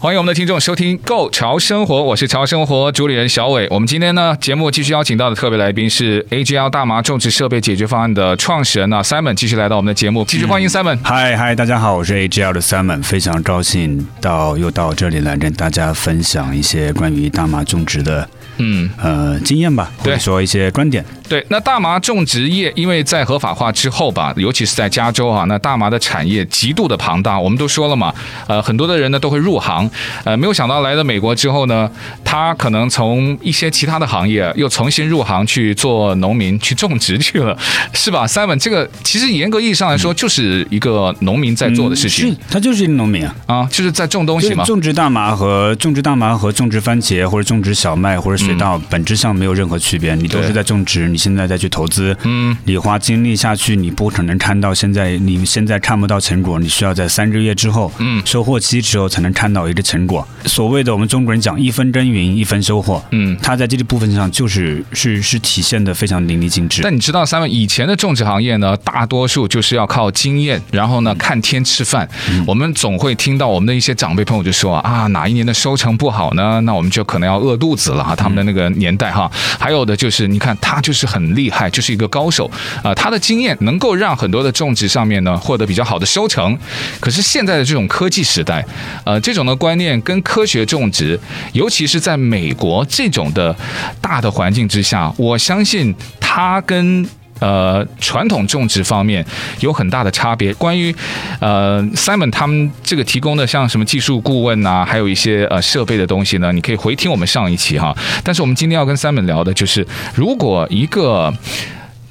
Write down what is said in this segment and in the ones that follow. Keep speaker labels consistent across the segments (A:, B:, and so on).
A: 欢迎我们的听众收听《购潮生活》，我是潮生活主理人小伟。我们今天呢，节目继续邀请到的特别来宾是 AGL 大麻种植设备解决方案的创始人呢、Simon，继续来到我们的节目，继续欢迎 Simon。
B: 嗨嗨，大家好，我是 AGL 的 Simon，非常高兴到又到这里来跟大家分享一些关于大麻种植的
A: 嗯，
B: 呃经验吧，或
A: 对
B: 者说一些观点。
A: 对，那大麻种植业因为在合法化之后吧，尤其是在加州啊，那大麻的产业极度的庞大。我们都说了嘛，呃，很多的人呢都会入行，呃，没有想到来了美国之后呢，他可能从一些其他的行业又重新入行去做农民，去种植去了，是吧？Simon，这个其实严格意义上来说， 就是一个农民在做的事情、
B: 是，他就是一个农民啊，
A: 啊，就是在种东
B: 就
A: 西
B: 是
A: 嘛。
B: 种植大麻和种植大麻和种植番茄或者种植小麦或者水
A: 嗯
B: 稻，本质上没有任何区别，你都
A: 对
B: 是在种植，你现在再去投资，
A: 嗯，
B: 你花精力下去，你不可能看到现在，你现在看不到成果，你需要在三个月之后，
A: 嗯
B: 收获期之后才能看到一个成果。所谓的我们中国人讲一分耕耘一分收获，
A: 嗯
B: 它在这个部分上就是是是体现的非常淋漓尽致。
A: 但你知道，三位以前的种植行业呢，大多数就是要靠经验，然后呢看天吃饭。我们总会听到我们的一些长辈朋友就说啊，哪一年的收成不好呢？那我们就可能要饿肚子了哈。他们的那个年代哈，还有的就是你看他就是很厉害，就是一个高手啊、呃他的经验能够让很多的种植上面呢获得比较好的收成。可是现在的这种科技时代，呃，这种的观念跟科学种植，尤其是在美国这种的大的环境之下，我相信它跟。呃，传统种植方面有很大的差别。关于呃 Simon 他们这个提供的像什么技术顾问呐、还有一些呃设备的东西呢，你可以回听我们上一期哈。但是我们今天要跟 Simon 聊的就是，如果一个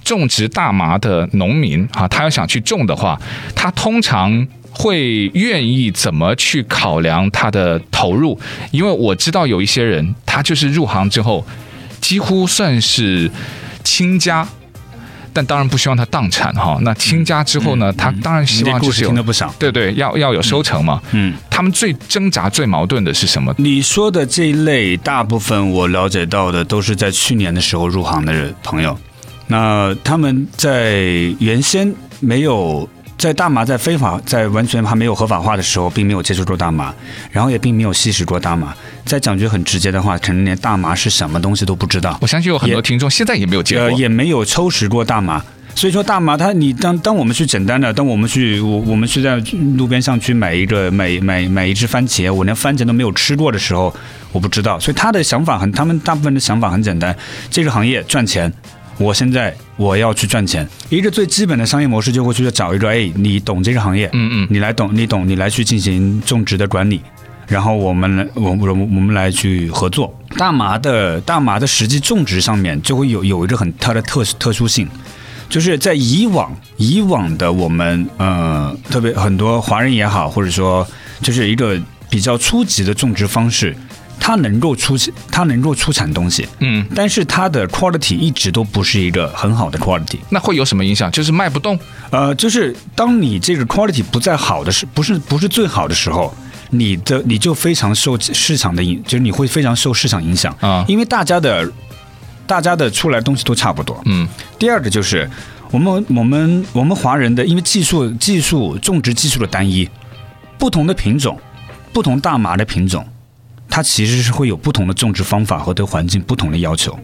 A: 种植大麻的农民啊，他要想去种的话，他通常。会愿意怎么去考量他的投入？因为我知道有一些人，他就是入行之后，几乎算是倾家，但当然不希望他荡产哈。那倾家之后呢，他当然希
B: 嗯你这
A: 望
B: 故
A: 就
B: 事
A: 是
B: 听得
A: 有
B: 不少，
A: 对对，要要有收成嘛。
B: 嗯。
A: 他们最挣扎、最矛盾的是什么？
B: 你说的这一类，大部分我了解到的都是在去年的时候入行的人朋友。那他们在原先没有在大麻在非法在完全还没有合法化的时候，并没有接触过大麻，然后也并没有吸食过大麻。再讲句很直接的话，可能连大麻是什么东西都不知道。
A: 我相信有很多
B: 也
A: 听众现在也没有见
B: 呃，
A: 过。
B: 也没有抽食过大麻。所以说大麻它，你当当我们去简单的，当我们去我我们去在路边上去买一个买买买一只番茄，我连番茄都没有吃过的时候，我不知道。所以他的想法很，他们大部分的想法很简单，这个行业赚钱，我现在我要去赚钱。一个最基本的商业模式就会去找一个，哎，你懂这个行业，
A: 嗯嗯
B: 你来懂，你懂，你来去进行种植的管理，然后我们来，我我我们来去合作。大麻的大麻的实际种植上面就会有有一个很它的特特殊性，就是在以往以往的我们呃，特别很多华人也好，或者说就是一个比较初级的种植方式，它能够出它能够出产东西，
A: 嗯，
B: 但是它的 quality 一直都不是一个很好的 quality。
A: 那会有什么影响？就是卖不动。
B: 呃，就是当你这个 quality 不在好的时，不是不是最好的时候，你的你就非常受市场的影，就是你会非常受市场影响
A: 啊
B: 因为大家的大家的出来的东西都差不多。
A: 嗯
B: 第二个就是我们我们我们华人的，因为技术技术种植技术的单一，不同的品种，不同大麻的品种，它其实是会有不同的种植方法和对环境不同的要求。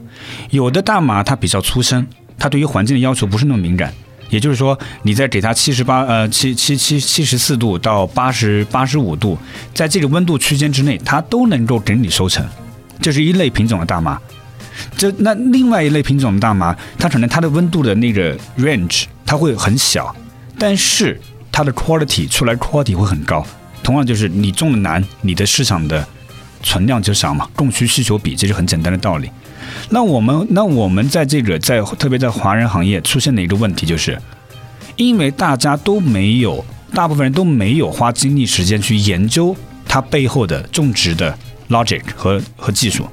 B: 有的大麻它比较粗生，它对于环境的要求不是那么敏感。也就是说，你在给它七十八呃七七七七十四度到八十八十五度，在这个温度区间之内，它都能够给你收成。这是一类品种的大麻。这那另外一类品种的大麻，它可能它的温度的那个 range 它会很小，但是它的 quality 出来 quality 会很高。同样就是你种的难，你的市场的存量就少嘛，供需需求比，这是很简单的道理。那我们那我们在这个在特别在华人行业出现的一个问题就是，因为大家都没有，大部分人都没有花精力时间去研究它背后的种植的 logic 和和技术，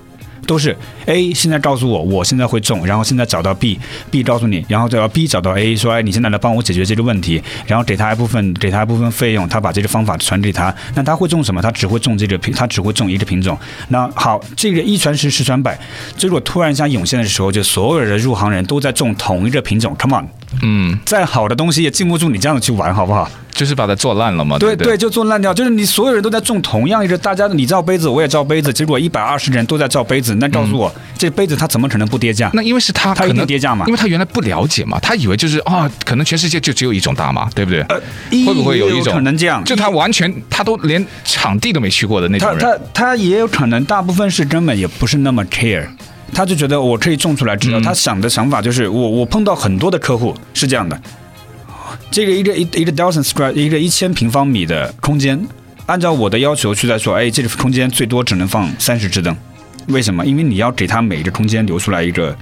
B: 都是 A 现在告诉我我现在会中，然后现在找到 B，B 告诉你，然后再到 B 找到 A 说哎你现在来帮我解决这个问题，然后给他一部分给他一部分费用，他把这个方法传给他，那他会中什么？他只会中这个品，他只会中一个品种。那好，这个一传十十传百，结果突然一下涌现的时候，就所有的入行人都在中同一个品种，Come on，
A: 嗯，
B: 再好的东西也禁不住你这样子去玩，好不好？
A: 就是把它做烂了嘛，
B: 对
A: 不对，
B: 就做烂掉，就是你所有人都在种同样一个，大家你造杯子，我也造杯子，结果一百二十人都在造杯子，那告诉我、这杯子它怎么可能不跌价？
A: 那因为是他
B: 他
A: 可
B: 一定
A: 能
B: 跌价嘛
A: 因为他原来不了解嘛，他以为就是啊，可能全世界就只有一种大麻，对不对？会不会有一
B: 也
A: 种
B: 呃 E 可能这样？
A: 就他完全他都连场地都没去过的那种
B: 他
A: 人？
B: 他他也有可能大部分是根本也不是那么 care。他就觉得我可以种出来之后，
A: 嗯
B: 他想的想法就是我我碰到很多的客户是这样的，这个一个一一个 thousand square 一个一千平方米的空间，按照我的要求去在说，哎，这个空间最多只能放三十只灯，为什么？因为你要给它每一个空间留出来一个，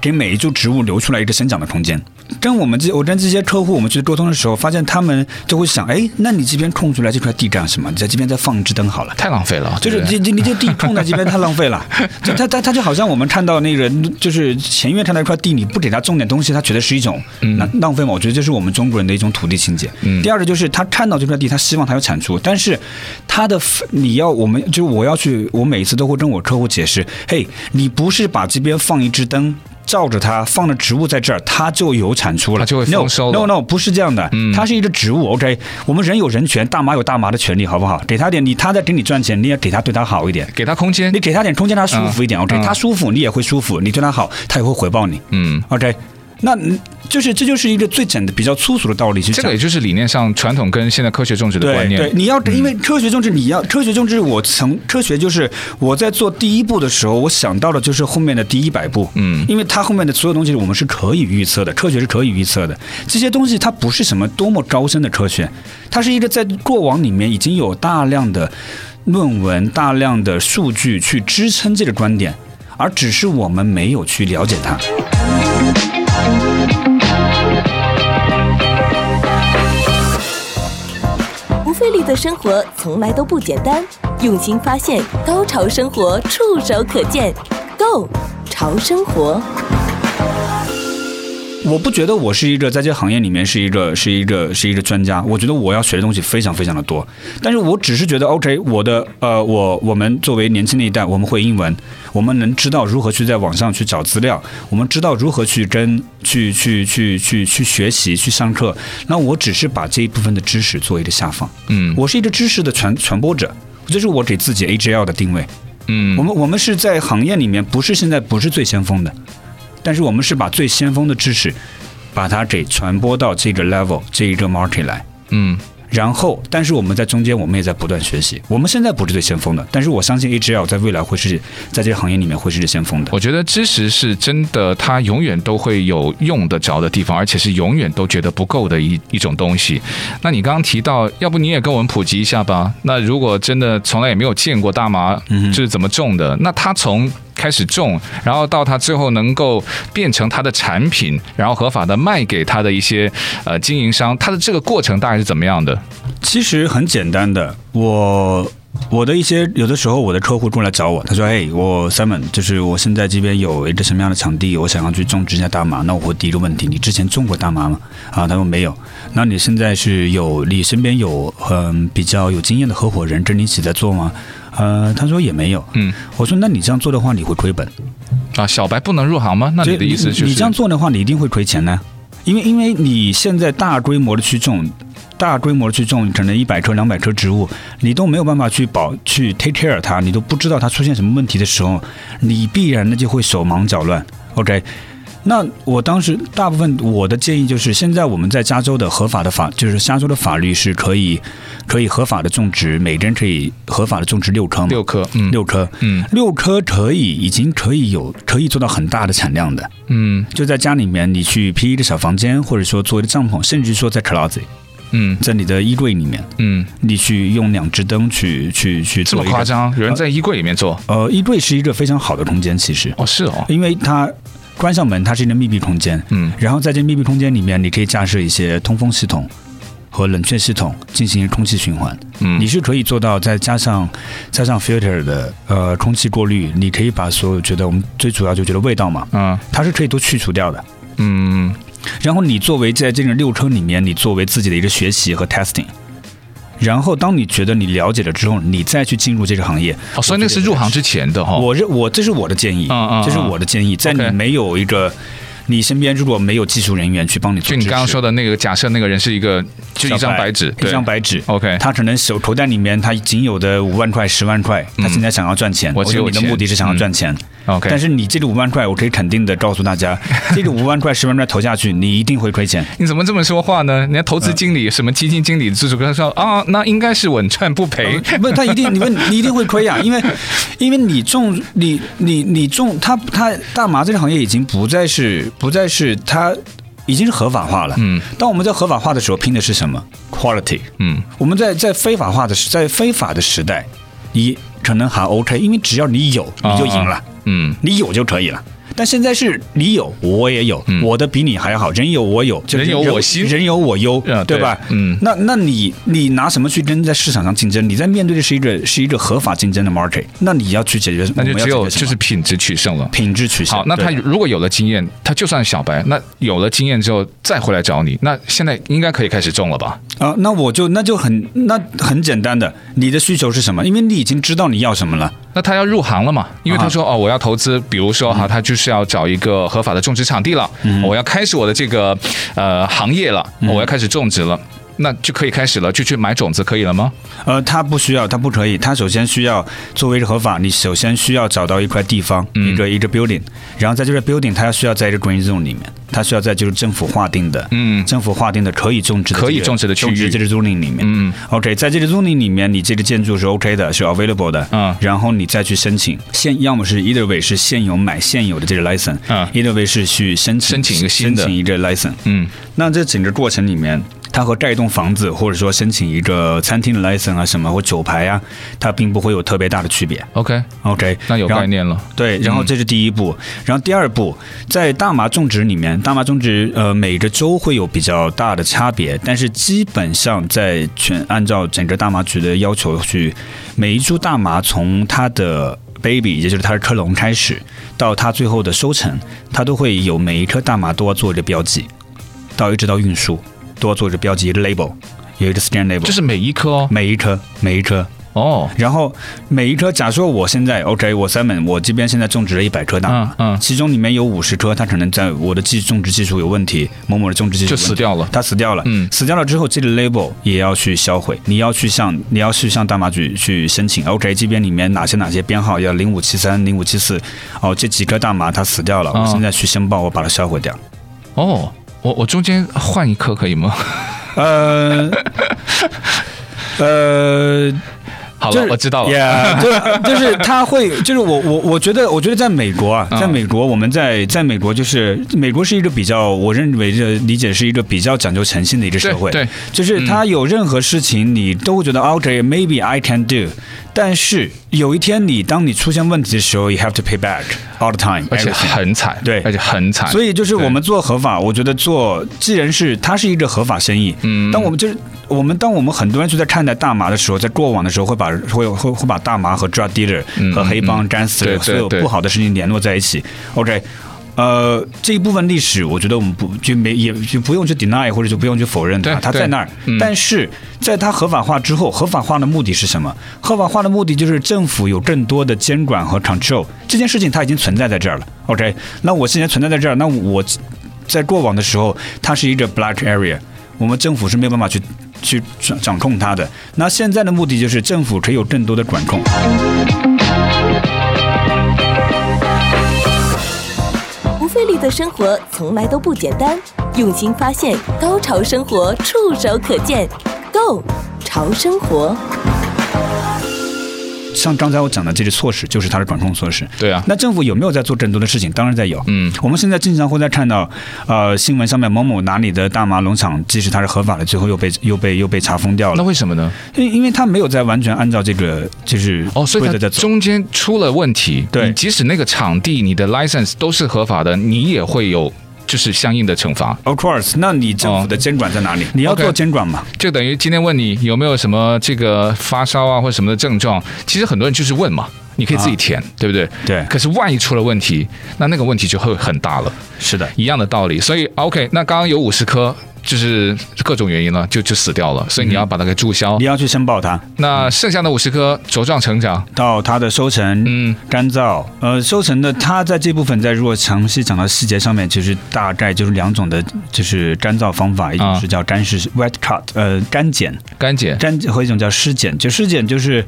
B: 给每一株植物留出来一个生长的空间。跟我们这我跟这些客户我们去沟通的时候，发现他们就会想，哎，那你这边空出来这块地干什么？你在这边再放一只灯好了。
A: 太浪费了，
B: 就是
A: 对不对
B: 你你你这地空在这边太浪费了，就他他他就好像我们看到那个就是前院看到一块地，你不给他种点东西，他觉得是一种浪浪费嘛。我觉得这是我们中国人的一种土地情结。第二个就是他看到这块地，他希望他有产出，但是他的你要我们就是我要去，我每次都会跟我客户解释，嘿，你不是把这边放一只灯。照着它放了植物在这儿，它就有产出了，
A: 它就会丰收了嗯
B: No, no, no，不是这样的，它是一个植物。OK，我们人有人权，大麻有大麻的权利，好不好？给他点，你他在给你赚钱，你也给他对他好一点。
A: 给他空间
B: 你，给他点空间，他舒服一点。
A: 嗯
B: OK，、
A: 嗯
B: 他舒服，你也会舒服。你对他好，他也会回报你。
A: 嗯。
B: OK，那你就是这就是一个最简的、比较粗俗的道理去
A: 这
B: 讲
A: 个。也就是理念上传统跟现在科学种植的观
B: 对
A: 念，嗯
B: 对，你要因为科学种植，你要科学种植，我从科学就是我在做第一步的时候，我想到的就是后面的第一百步，
A: 嗯
B: 因为它后面的所有东西我们是可以预测的，科学是可以预测的，这些东西它不是什么多么高深的科学，它是一个在过往里面已经有大量的论文、大量的数据去支撑这个观点，而只是我们没有去了解它。
C: 不费力的生活从来都不简单，用心发现，高潮生活触手可见 Go 潮生活。
B: 我不觉得我是一个在这个行业里面是一个是一个是一个专家，我觉得我要学的东西非常非常的多，但是我只是觉得 OK，我的呃，我我们作为年轻的一代，我们会英文，我们能知道如何去在网上去找资料，我们知道如何去跟去去去去去学习去上课，那我只是把这一部分的知识做一个下放，
A: 嗯
B: 我是一个知识的传传播者，这是我给自己 AGL 的定位，我
A: 嗯，
B: 们我们是在行业里面不是现在不是最先锋的，但是我们是把最先锋的知识，把它给传播到这个 level 这一个 market 来。
A: 嗯，
B: 然后，但是我们在中间，我们也在不断学习。我们现在不是最先锋的，但是我相信 AGL 在未来会是在这个行业里面会是最先锋的。
A: 我觉得知识是真的，它永远都会有用得着的地方，而且是永远都觉得不够的一一种东西。那你刚刚提到，要不你也跟我们普及一下吧？那如果真的从来也没有见过大麻，
B: 嗯
A: 就是怎么种的？那它从开始种，然后到它最后能够变成它的产品，然后合法的卖给它的一些呃经营商，它的这个过程大概是怎么样的？
B: 其实很简单的，我我的一些有的时候我的客户过来找我，他说：“哎，我 Simon，就是我现在这边有一个什么样的场地，我想要去种植一下大麻。那我会第一个问题，你之前种过大麻吗？啊，他说没有。那你现在是有你身边有嗯比较有经验的合伙人跟你一起在做吗？呃，他说也没有。
A: 嗯，
B: 我说那你这样做的话，你会亏本。
A: 啊，小白不能入行吗？那
B: 所
A: 你
B: 以
A: 的意思就是
B: 你这样做的话，你一定会亏钱呢，因为因为你现在大规模的去种，大规模的去种，可能一百棵、两百棵植物，你都没有办法去保去 take care 它，你都不知道它出现什么问题的时候，你必然的就会手忙脚乱。OK。那我当时大部分我的建议就是，现在我们在加州的合法的法，就是加州的法律是可以可以合法的种植，每个人可以合法的种植六棵嘛，
A: 六颗，嗯，
B: 六棵，
A: 嗯
B: 六棵可以已经可以有可以做到很大的产量的，
A: 嗯
B: 就在家里面，你去披一个小房间，或者说做一个帐篷，甚至说在 closet，
A: 嗯
B: 在你的衣柜里面，
A: 嗯，
B: 你去用两只灯去去去
A: 这
B: 做
A: 么
B: 一个
A: 夸？张？有人在衣柜里面做？
B: 呃，衣柜是一个非常好的空间，其实，
A: 哦，是哦，
B: 因为它关上门，它是一个密闭空间，
A: 嗯
B: 然后在这密闭空间里面，你可以架设一些通风系统。和冷却系统进行空气循环。
A: 嗯
B: 你是可以做到再加上加上 filter 的呃空气过滤，你可以把所有觉得我们最主要就觉得味道嘛，
A: 嗯
B: 它是可以都去除掉的。
A: 嗯
B: 然后你作为在这个六车里面，你作为自己的一个学习和 testing。然后，当你觉得你了解了之后，你再去进入这个行业。
A: 哦，所以那个是入行之前的哈、
B: 我认我这是我的建议，
A: 哦嗯嗯
B: 这是我的建议，在你
A: OK
B: 没有一个你身边如果没有技术人员去帮你做
A: 就
B: 支持，
A: 你刚刚说的那个，假设那个人是一个就一张白纸，
B: 一张白纸。
A: OK，
B: 他可能手口袋里面他仅有的五万块、十万块，他现在想要赚钱。
A: 嗯我只
B: 觉
A: 有
B: 得你的
A: 钱嗯
B: 目的是想要赚钱，
A: OK，
B: 但是你这个五万块，我可以肯定的告诉 大家，这个五万块、十万块投下去，你一定会亏钱。
A: 你怎么这么说话呢？人家投资经
B: 嗯
A: 理、什么基金经理，就是跟他说啊，那应该是稳赚不赔。
B: 不，他一定，你问你一定会亏呀、因为因为你种你你你种他他大麻这个行业已经不再是不再是它已经是合法化了。
A: 嗯，
B: 当我们在合法化的时候，拼的是什么？quality。
A: 嗯
B: 我们在在非法化的时，在非法的时代，你可能还 OK，因为只要你有，你就赢了，
A: 嗯
B: 你有就可以了。但现在是你有，我也有，
A: 嗯
B: 我的比你还好，人有我有，就
A: 人有我心
B: 人有我优，
A: 啊对
B: 对吧？
A: 嗯
B: 那那你你拿什么去跟在市场上竞争？你在面对的是一个是一个合法竞争的 market，那你要去解决，
A: 那就
B: 我们要
A: 只有
B: 解决什
A: 就
B: 么
A: 是品质取胜了。
B: 品质取向。
A: 好，那他
B: 对
A: 如果有了经验，他就算小白，那有了经验之后再回来找你，那现在应该可以开始种了吧？
B: 啊、那我就那就很那很简单的，你的需求是什么？因为你已经知道你要什么了。
A: 那他要入行了嘛？因为
B: 啊
A: 他说哦，我要投资，比如说哈，
B: 嗯
A: 他就是要找一个合法的种植场地了，我要开始我的这个呃行业了，
B: 嗯
A: 我要开始种植了，那就可以开始了，就去买种子可以了吗？
B: 呃，他不需要，他不可以。他首先需要作为合法，你首先需要找到一块地方，
A: 嗯
B: 一个一个 building，然后在这个 building，它需要在一个 green zone 里面，它需要在就是政府划定的，
A: 嗯
B: 政府划定的可以种植的这
A: 可以
B: 个
A: 种植的区
B: 种植
A: 域
B: 这个 zoning 里面，嗯，OK，在这个 zoning 里面，你这个建筑是 OK 的，是 available 的，
A: 嗯
B: 然后你再去申请现，要么是 either way 是现有买现有的这个 license，
A: 嗯
B: ，either way 是去申请
A: 申请一个新的
B: 申请一个 license，
A: 嗯
B: 那这整个过程里面，它和盖一栋房子，或者说申请一个餐厅的 license 啊什么，或酒牌啊，它并不会有特别大的区别。
A: ，OK，
B: OK，
A: 那有
B: 然后
A: 概。念了。
B: 对，然后这是第一步，然后第二步，在大麻种植里面，大麻种植呃每个州会有比较大的差别，但是基本上在全按照整个大麻局的要求去，每一株大麻从它的 baby，也就是它的克隆开始，到它最后的收成，它都会有每一颗大麻都要做一个标记，到一直到运输都要做一个标记，一个 label，有一个 scan label，
A: 就是每一颗哦，
B: 每一颗每一颗
A: 哦，
B: 然后每一颗，假说我现在 OK，我 Simon，我这边现在种植了一百颗大麻，
A: 嗯嗯
B: 其中里面有五十颗，它可能在我的技种植技术有问题，某某的种植技
A: 就
B: 术有问题
A: 死掉了
B: 它死掉了，
A: 嗯
B: 死掉了之后，这个 label 也要去销毁，你要去向你要去向大麻局去申请，OK，这边里面哪些哪些编号要零五七三、零五七四，哦，这几颗大麻它死掉了，
A: 嗯
B: 我现在去申报，我把它销毁掉。
A: 哦，我我中间换一颗可以吗？
B: 呃，呃，
A: 好
B: 就
A: 了，
B: 是
A: 我知道了。
B: Yeah，就 就是他会，就是我我我觉得，我觉得在美国啊，
A: 嗯
B: 在美国，我们在在美国，就是美国是一个比较，我认为这理解是一个比较讲究诚信的一个社会。
A: 对对嗯
B: 就是他有任何事情，你都会觉得 OK，maybe、I can do，但是有一天你当你出现问题的时候，you have to pay back all the time，
A: 而且
B: everything
A: 很惨，
B: 对
A: 而且很惨，
B: 所以就是
A: 对
B: 我们做合法，我觉得做既然是它是一个合法生意，嗯，当我们就是我们当我们很多人就在看待大麻的时候，在过往的时候会把会会会把大麻和 drug dealer
A: 嗯
B: 和黑帮
A: 嗯
B: gangster、
A: 对对
B: 所有
A: 对
B: 不好的事情联络在一起。OK。呃，这一部分历史，我觉得我们不就没也就不用去 deny 或者就不用去否认它，
A: 对
B: 它
A: 对
B: 啊在那儿。
A: 嗯
B: 但是在它合法化之后，合法化的目的是什么？合法化的目的就是政府有更多的监管和 control。这件事情它已经存在在这儿了。OK，那我现在存在在这儿，那我在过往的时候，它是一个 black area，我们政府是没有办法去去掌掌控它的。那现在的目的就是政府可以有更多的管控。
C: 不费力的生活从来都不简单，用心发现，高潮生活触手可见 g o 潮生活。
B: 像刚才我讲的这些措施，就是它的管控措施。
A: 对啊
B: 那政府有没有在做更多的事情？当然在有。
A: 嗯，
B: 我们现在经常会在看到，呃，新闻上面某某哪里的大麻农场，即使它是合法的，最后又被又被又被查封掉
A: 那
B: 了，
A: 为什么呢？
B: 因为因为它没有在完全按照这个就是
A: 哦，所以
B: 规则
A: 它
B: 在走。
A: 中间出了问题，
B: 对
A: 你即使那个场地你的 license 都是合法的，你也会有就是相应的惩罚。
B: Of course，那你政府的监管在哪里？
A: 哦
B: 你要做
A: OK
B: 监管嘛？
A: 就等于今天问你有没有什么这个发烧啊或者什么的症状，其实很多人就是问嘛，你可以自己填，对不对？
B: 啊对
A: 可是万一出了问题，那那个问题就会很大了，
B: 是的，
A: 一样的道理。所以 OK，那刚刚有五十颗。就是各种原因了，就就死掉了，所以你要把它给注销。
B: 你要去申报它，
A: 那剩下的五十颗茁壮成长，
B: 到它的收成、
A: 嗯
B: 干燥，呃，收成的它在这部分，在如果详细讲到细节上面，其实大概就是两种的，就是干燥方法，一种
A: 啊
B: 是叫干式 wet cut，呃，干剪，
A: 干姐，
B: 干和一种叫湿剪，就湿剪就是。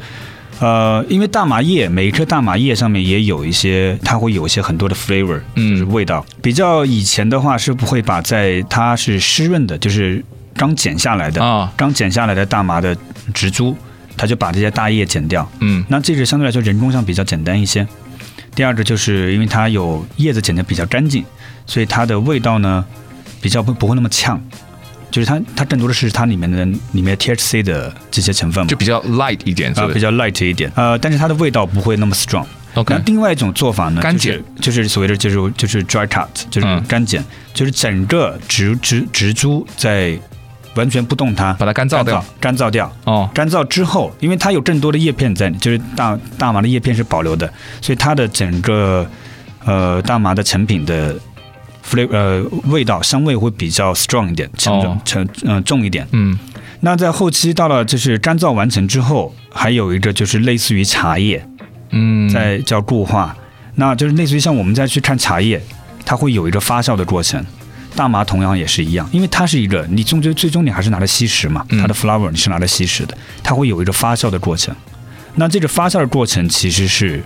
B: 呃，因为大麻叶每一颗大麻叶上面也有一些，它会有一些很多的 flavor，
A: 嗯
B: 就是味道。比较以前的话是不会把在它是湿润的，就是刚剪下来的
A: 啊
B: 刚剪下来的大麻的植株，它就把这些大叶剪掉。
A: 嗯
B: 那这个相对来说人工上比较简单一些。第二个就是因为它有叶子剪得比较干净，所以它的味道呢比较不不会那么呛，就是它它更多的是它里面的里面 THC 的这些成分嘛
A: 就，比较 light 一点，是
B: 啊、
A: 不
B: 比
A: 是
B: 较 light 一点，呃，但是它的味道不会那么 strong。
A: ？OK，
B: 那另外一种做法呢，
A: 干
B: 就是就是所谓的就是就是 dry cut，就是
A: 嗯
B: 干剪，就是整个植植植株在完全不动它，
A: 把它干燥
B: 干
A: 掉
B: 燥。干燥掉，
A: 哦，
B: 干燥之后，因为它有更多的叶片在，就是大大麻的叶片是保留的，所以它的整个呃大麻的成品的 flavor 呃味道香味会比较 strong 一点，沉重
A: 哦
B: 沉嗯、重一点。
A: 嗯
B: 那在后期到了就是干燥完成之后，还有一个就是类似于茶叶，
A: 嗯，
B: 在叫固化，那就是类似于像我们再去看茶叶，它会有一个发酵的过程。大麻同样也是一样，因为它是一个你终究最终你还是拿来吸食嘛，
A: 嗯
B: 它的 flower 你是拿来吸食的，它会有一个发酵的过程。那这个发酵的过程其实是，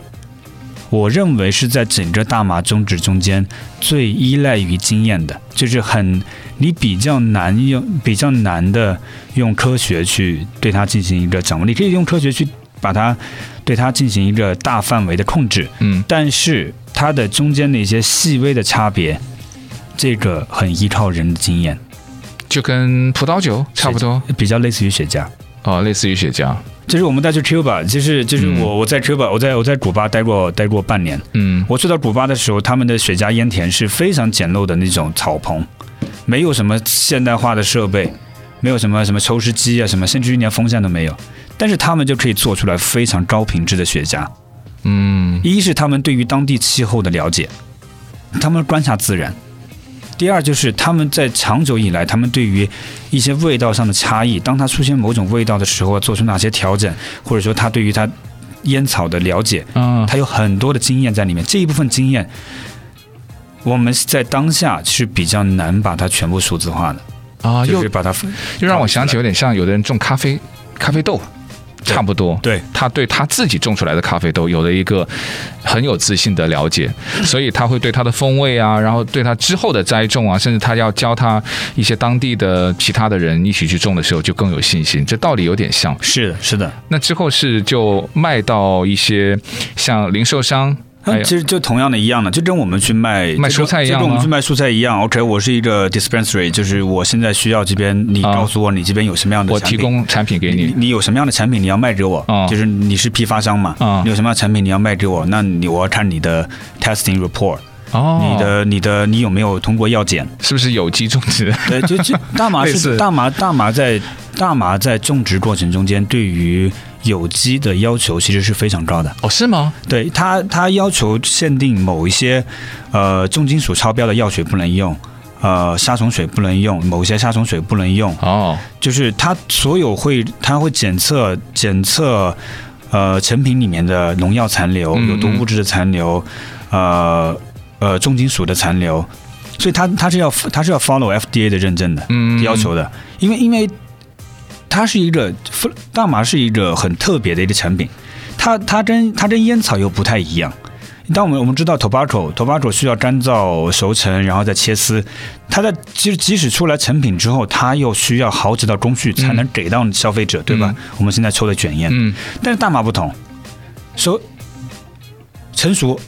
B: 我认为是在整个大麻种植中间最依赖于经验的，就是很你比较难用比较难的用科学去对它进行一个掌握，你可以用科学去把它对它进行一个大范围的控制，
A: 嗯
B: 但是它的中间的一些细微的差别，这个很依靠人的经验，
A: 就跟葡萄酒差不多
B: 比较类似于雪茄。
A: 哦，类似于雪茄。
B: 就是我们再去 Cuba，就是就是
A: 嗯
B: 我我在 Cuba，我在我在古巴待过待过半年。
A: 嗯
B: 我去到古巴的时候，他们的雪茄烟田是非常简陋的那种草棚，没有什么现代化的设备，没有什么什么抽湿机啊什么，甚至于连风扇都没有。但是他们就可以做出来非常高品质的雪茄。
A: 嗯
B: 一是他们对于当地气候的了解，他们观察自然；第二就是他们在长久以来，他们对于一些味道上的差异，当它出现某种味道的时候，做出哪些调整，或者说他对于它烟草的了解，
A: 啊
B: 他有很多的经验在里面。这一部分经验，我们在当下是比较难把它全部数字化的，
A: 啊，
B: 就
A: 又
B: 是把它
A: 又让我想起有点像有的人种咖啡咖啡豆，
B: 对
A: 差不多。
B: 对
A: 他对他自己种出来的咖啡豆有了一个很有自信的了 解，所以他会对它的风味啊，然后对它之后的栽种啊，甚至他要教他一些当地的其他的人一起去种的时候，就更有信心。这道理有点像。
B: 是的，是的。
A: 那之后是就卖到一些像零售商，还
B: 那
A: 有
B: 嗯其实就同样的一样的，就跟我们去卖
A: 卖
B: 就跟
A: 蔬菜一样
B: 就跟我们
A: 吗
B: 去卖蔬菜一样。OK，我是一个 dispensary，就是我现在需要这边，你
A: 啊
B: 告诉我你这边有什么样的
A: 我
B: 产
A: 提
B: 品，
A: 供产品给
B: 你
A: 你。
B: 你有什么样的产品你要卖给我，
A: 啊
B: 就是你是批发商嘛，
A: 啊
B: 你有什么样的产品你要卖给我，那你我要看你的 testing report，、
A: 哦，
B: 你的你的你有没有通过药检？
A: 是不是有机种植？
B: 对，就就大麻
A: 类
B: 是
A: 似
B: 大麻，大麻在大麻在种植过程中间，对于有机的要求其实是非常高的。
A: 哦，是吗？
B: 对它，它要求限定某一些呃重金属超标的药水不能用，呃杀虫水不能用，某些杀虫水不能用，
A: 哦，
B: 就是它所有会，它会检测检测呃成品里面的农药残留、
A: 嗯
B: 有毒
A: 嗯
B: 物质的残留，呃呃重金属的残留，所以它它是要它是要 follow FDA 的认证的。
A: 嗯，
B: 要求的，因为因为它是一个大麻是一个很特别的一个产品，它它跟它跟烟草又不太一样。但我们我们知道 tobacco，tobacco 需要干燥、熟成，然后再切丝。它在其实即使出来成品之后，它又需要好几道工序才能给到消费者，对吧？我们现在抽的卷烟，
A: 嗯，
B: 但是大麻不同，收成熟、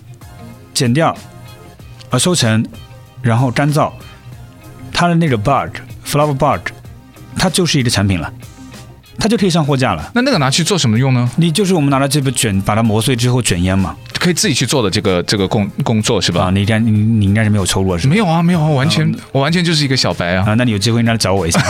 B: 剪掉、呃收成，然后干燥，它的那个 bud flower bud，它就是一个产品了，它就可以上货架了。
A: 那那个拿去做什么用呢？
B: 你就是我们拿到这个卷，把它磨碎之后卷烟嘛，
A: 可以自己去做的这个这个工工作是
B: 啊，
A: 吧？
B: 你应该你你应该是没有抽过是吧？
A: 没有啊，没有啊，完全我完全就是一个小白啊，
B: 啊，那你有机会应该来找 我一下。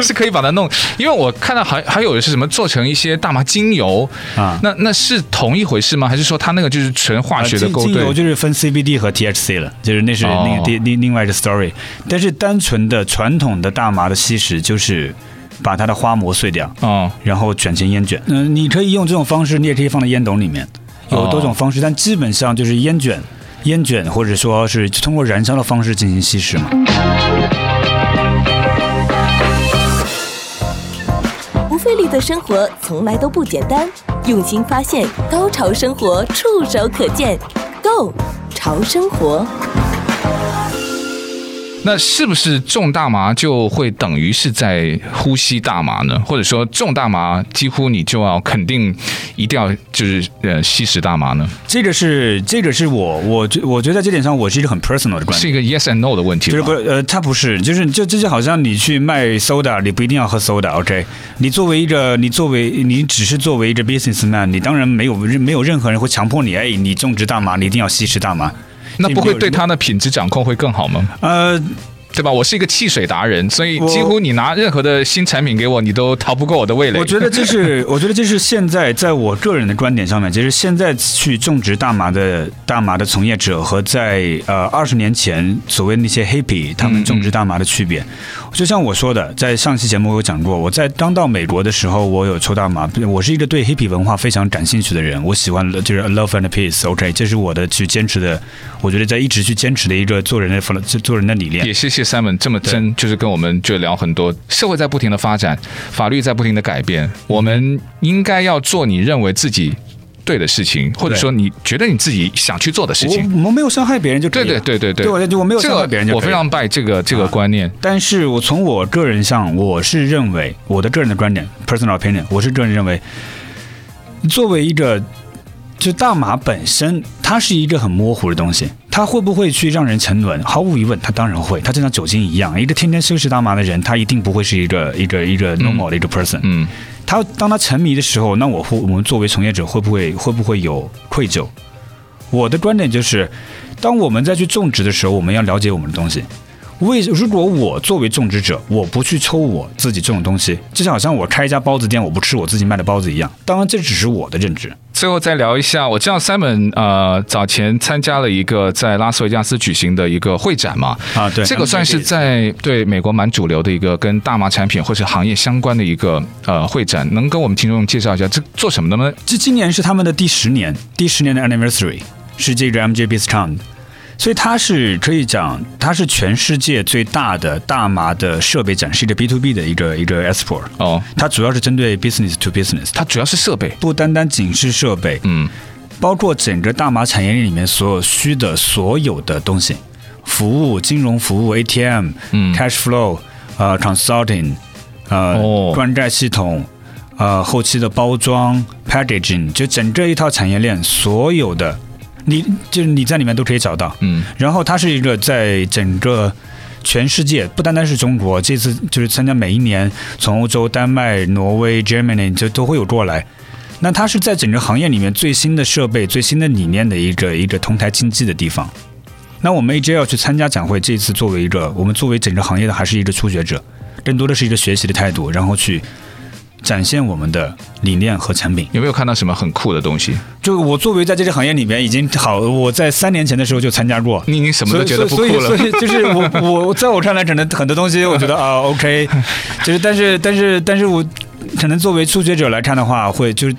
A: 是可以把它弄。因为我看到还还有是什么做成一些大麻精油
B: 啊
A: 那那是同一回事吗？还是说它那个就是纯化学的
B: 精
A: 勾
B: 精油
A: 兑？
B: 就是分 CBD 和 THC 了，就是那是
A: 哦
B: 那个另另另外的 story。但是单纯的传统的大麻的吸食，就是把它的花磨碎掉，
A: 哦，
B: 然后卷成烟卷。嗯、你可以用这种方式，你也可以放在烟斗里面，有多种方式，但基本上就是烟卷。烟卷，或者说是通过燃烧的方式进行吸食嘛？
C: 不费力的生活从来都不简单，用心发现，高潮生活触手可见 Go 潮生活。
A: 那是不是种大麻就会等于是在呼吸大麻呢？或者说种大麻几乎你就要肯定一定要就是呃吸食大麻呢？
B: 这个是这个是我我觉我觉得在这点上我是一个很 personal 的观点
A: 是，一个 yes and no 的问题吧。
B: 就是不是呃，它不是，就是就这就好像你去卖 soda，你不一定要喝 soda，OK？、你作为一个，你作为你只是作为一个 businessman，你当然没有任没有任何人会强迫你，哎，你种植大麻，你一定要吸食大麻。
A: 那不会
B: 这
A: 对
B: 没有
A: 它的品质掌控会更好吗？
B: 呃，
A: 对吧？我是一个汽水达人，所以
B: 我
A: 几乎你拿任何的新产品给我，你都逃不过我的味蕾。
B: 我觉得这是，我觉得这是现在在我个人的观点上面，其实现在去种植大麻的大麻的从业者和在呃二十年前所谓那些
A: 嗯
B: hippie 他们种植大麻的区别。就像我说的，在上期节目我有讲过，我在刚到美国的时候，我有抽大麻，我是一个对 hippie 文化非常感兴趣的人，我喜欢就是 love and peace，OK，、这是我的去坚持的，我觉得在一直去坚持的一个做人的做人的理 念
A: 也。谢谢 Simon 这么真，就是跟我们就聊很多。社会在不停的发展，法律在不停的改变，
B: 嗯
A: 我们应该要做你认为自己对的事情，或者说你觉得你自己想去做的事
B: 我
A: 情。
B: 我没有伤害别人就可以
A: 对
B: 了
A: 对对对对，
B: 啊对我就我没有
A: 这
B: 伤害别人就啊
A: 个，
B: 可以
A: 我非
B: 了
A: 常拜这个这个观念。
B: 但是我从我个人上，我是认为我的个人的观点 （personal opinion），我是个人认为，作为一个就大麻本身，它是一个很模糊的东西，它会不会去让人沉沦？毫无疑问，它当然会，它就像酒精一样，一个天天吸食大麻的人，他一定不会是一个一个一个 normal 的一个 person。
A: 嗯，
B: 他当他沉迷的时候，那我会我们作为从业者会不会会不会有愧疚？我的观点就是，当我们再去种植的时候，我们要了解我们的东西。为如果我作为种植者，我不去抽我自己种的东西，就像好像我开一家包子店，我不吃我自己卖的包子一样。当然，这只是我的认知。
A: 最后再聊一下，我知道 Simon 呃早前参加了一个在拉斯维加斯举行的一个会展嘛，
B: 啊对
A: 这个算是
B: MJD
A: 在对美国蛮主流的一个跟大麻产品或是行业相关的一个呃会展，能跟我们听众介绍一下这做什么的吗？
B: 这今年是他们的第十年，第十年的 anniversary 是这个 MJBizCon，所以它是可以讲，它是全世界最大的大麻的设备展示的 B to B 的一个一个 export。
A: 哦，
B: 它主要是针对 business to business，它
A: 它主要是设备，
B: 不单单仅是设备，
A: 嗯，
B: 包括整个大麻产业链里面所有需的所有的东西，服务、金融服务、ATM、
A: 嗯
B: cash flow、呃 consulting、呃、
A: 哦
B: 灌溉系统、呃后期的包装 packaging，就整这一套产业链所有的，你就是你在里面都可以找到，
A: 嗯，
B: 然后它是一个在整个全世界，不单单是中国，这次就是参加每一年从欧洲、丹麦、挪威、Germany 就都会有过来。那它是在整个行业里面最新的设备、最新的理念的一个一个同台竞技的地方。那我们 AJ 要去参加展会，这次作为一个我们作为整个行业的还是一个初学者，更多的是一个学习的态度，然后去展现我们的理念和产品。
A: 有没有看到什么很酷的东西？
B: 就我作为在这个行业里面已经好，我在三年前的时候就参加过，
A: 你已经什么
B: 所
A: 都
B: 以
A: 觉得不酷
B: 所以所
A: 了
B: 以。所以就是我我我在我看来，可能很多 东西我觉得啊 OK，就是但是但是但是我可能作为初学者来看的话，会就是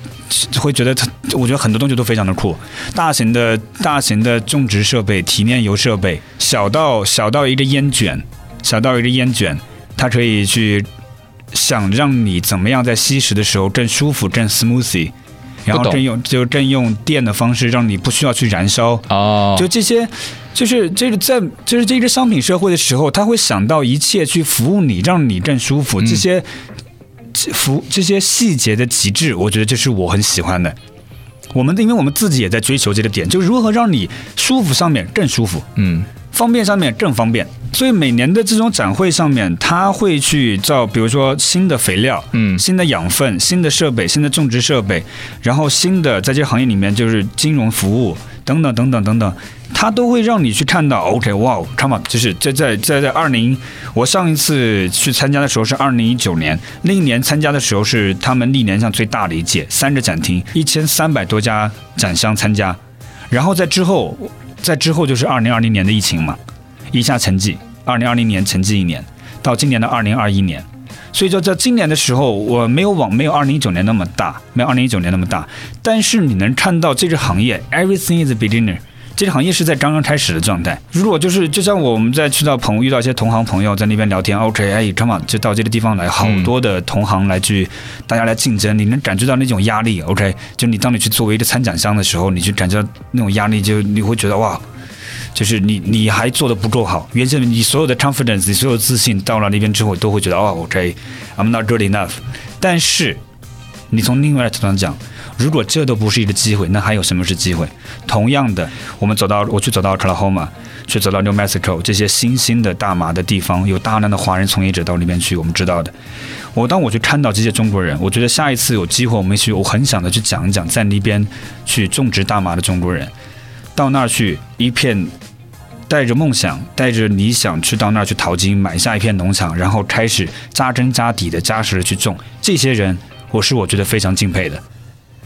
B: 会觉得它，我觉得很多东西都非常的酷，大型的大型的种植设备、提炼油设备，小到小到一个烟卷，小到一个烟卷，它可以去想让你怎么样在吸食的时候更舒服、更 smoothie。
A: 不
B: 然后
A: 懂
B: 更用就更用电的方式，让你不需要去燃烧，
A: 哦，
B: 就这些，就是这个在就是这个商品社会的时候，他会想到一切去服务你，让你更舒服。这些这服这些细节的极致，我觉得这是我很喜欢的。我们因为我们自己也在追求这个点，就如何让你舒服上面更舒服，
A: 嗯
B: 方便上面更方便。所以每年的这种展会上面，它会去造，比如说新的肥料，
A: 嗯
B: 新的养分、新的设备、新的种植设备，然后新的在这个行业里面就是金融服务等等等等等等，它都会让你去看到。OK，哇，看吧，就是在在在在二零，我上一次去参加的时候是二零一九年，那一年参加的时候是他们历年上最大的一届，三个展厅，一千三百多家展商参加，然后在之后，在之后就是二零二零年的疫情嘛，一下沉寂，二零二零年沉寂一年，到今年的二零二一年。所以说，在今年的时候，我没有往没有二零一九年那么大，没有二零一九年那么大，但是你能看到这个行业，everything is a beginner，这个行业是在刚刚开始的状态。如果就是就像我们在去到朋友遇到一些同行朋友在那边聊天，OK，哎，干嘛就到这个地方来，好多的同行来去，大家来竞争，你能感觉到那种压力，OK，就你当你去作为一个参展商的时候，你去感觉到那种压力，就你会觉得哇，就是你你还做的不够好，原先你所有的 confidence，你所有自信到了那边之后，都会觉得哦，OK，I'm、not good enough。但是你从另外的角度上讲，如果这都不是一个机会，那还有什么是机会？同样的，我们走到我去走到 Oklahoma，去走到 New Mexico 这些新兴的大麻的地方，有大量的华人从业者到那边去，我们知道的。我当我去看到这些中国人，我觉得下一次有机会，我们去，我很想的去讲一讲在那边去种植大麻的中国人，到那儿去一片带着梦想、带着理想去到那儿去淘金，买下一片农场，然后开始扎根扎底的、扎实的去种。这些人，我是我觉得非常敬佩的。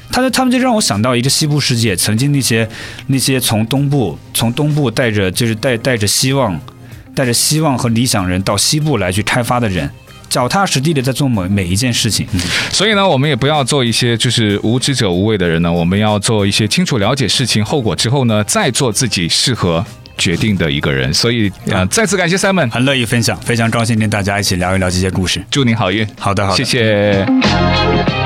B: 他就他们就让我想到一个西部世界，曾经那些那些从东部从东部带着就是带带着希望、带着希望和理想人到西部来去开发的人，脚踏实地的在做每每一件事情。
A: 所以呢，我们也不要做一些就是无知者无畏的人呢，我们要做一些清楚了解事情后果之后呢，再做自己适合决定的一个人。所以呃，再次感谢 Simon，
B: 很乐意分享，非常高兴跟大家一起聊一聊这些故事。
A: 祝你好运。
B: 好的，好
A: 谢
B: 的，
A: 谢。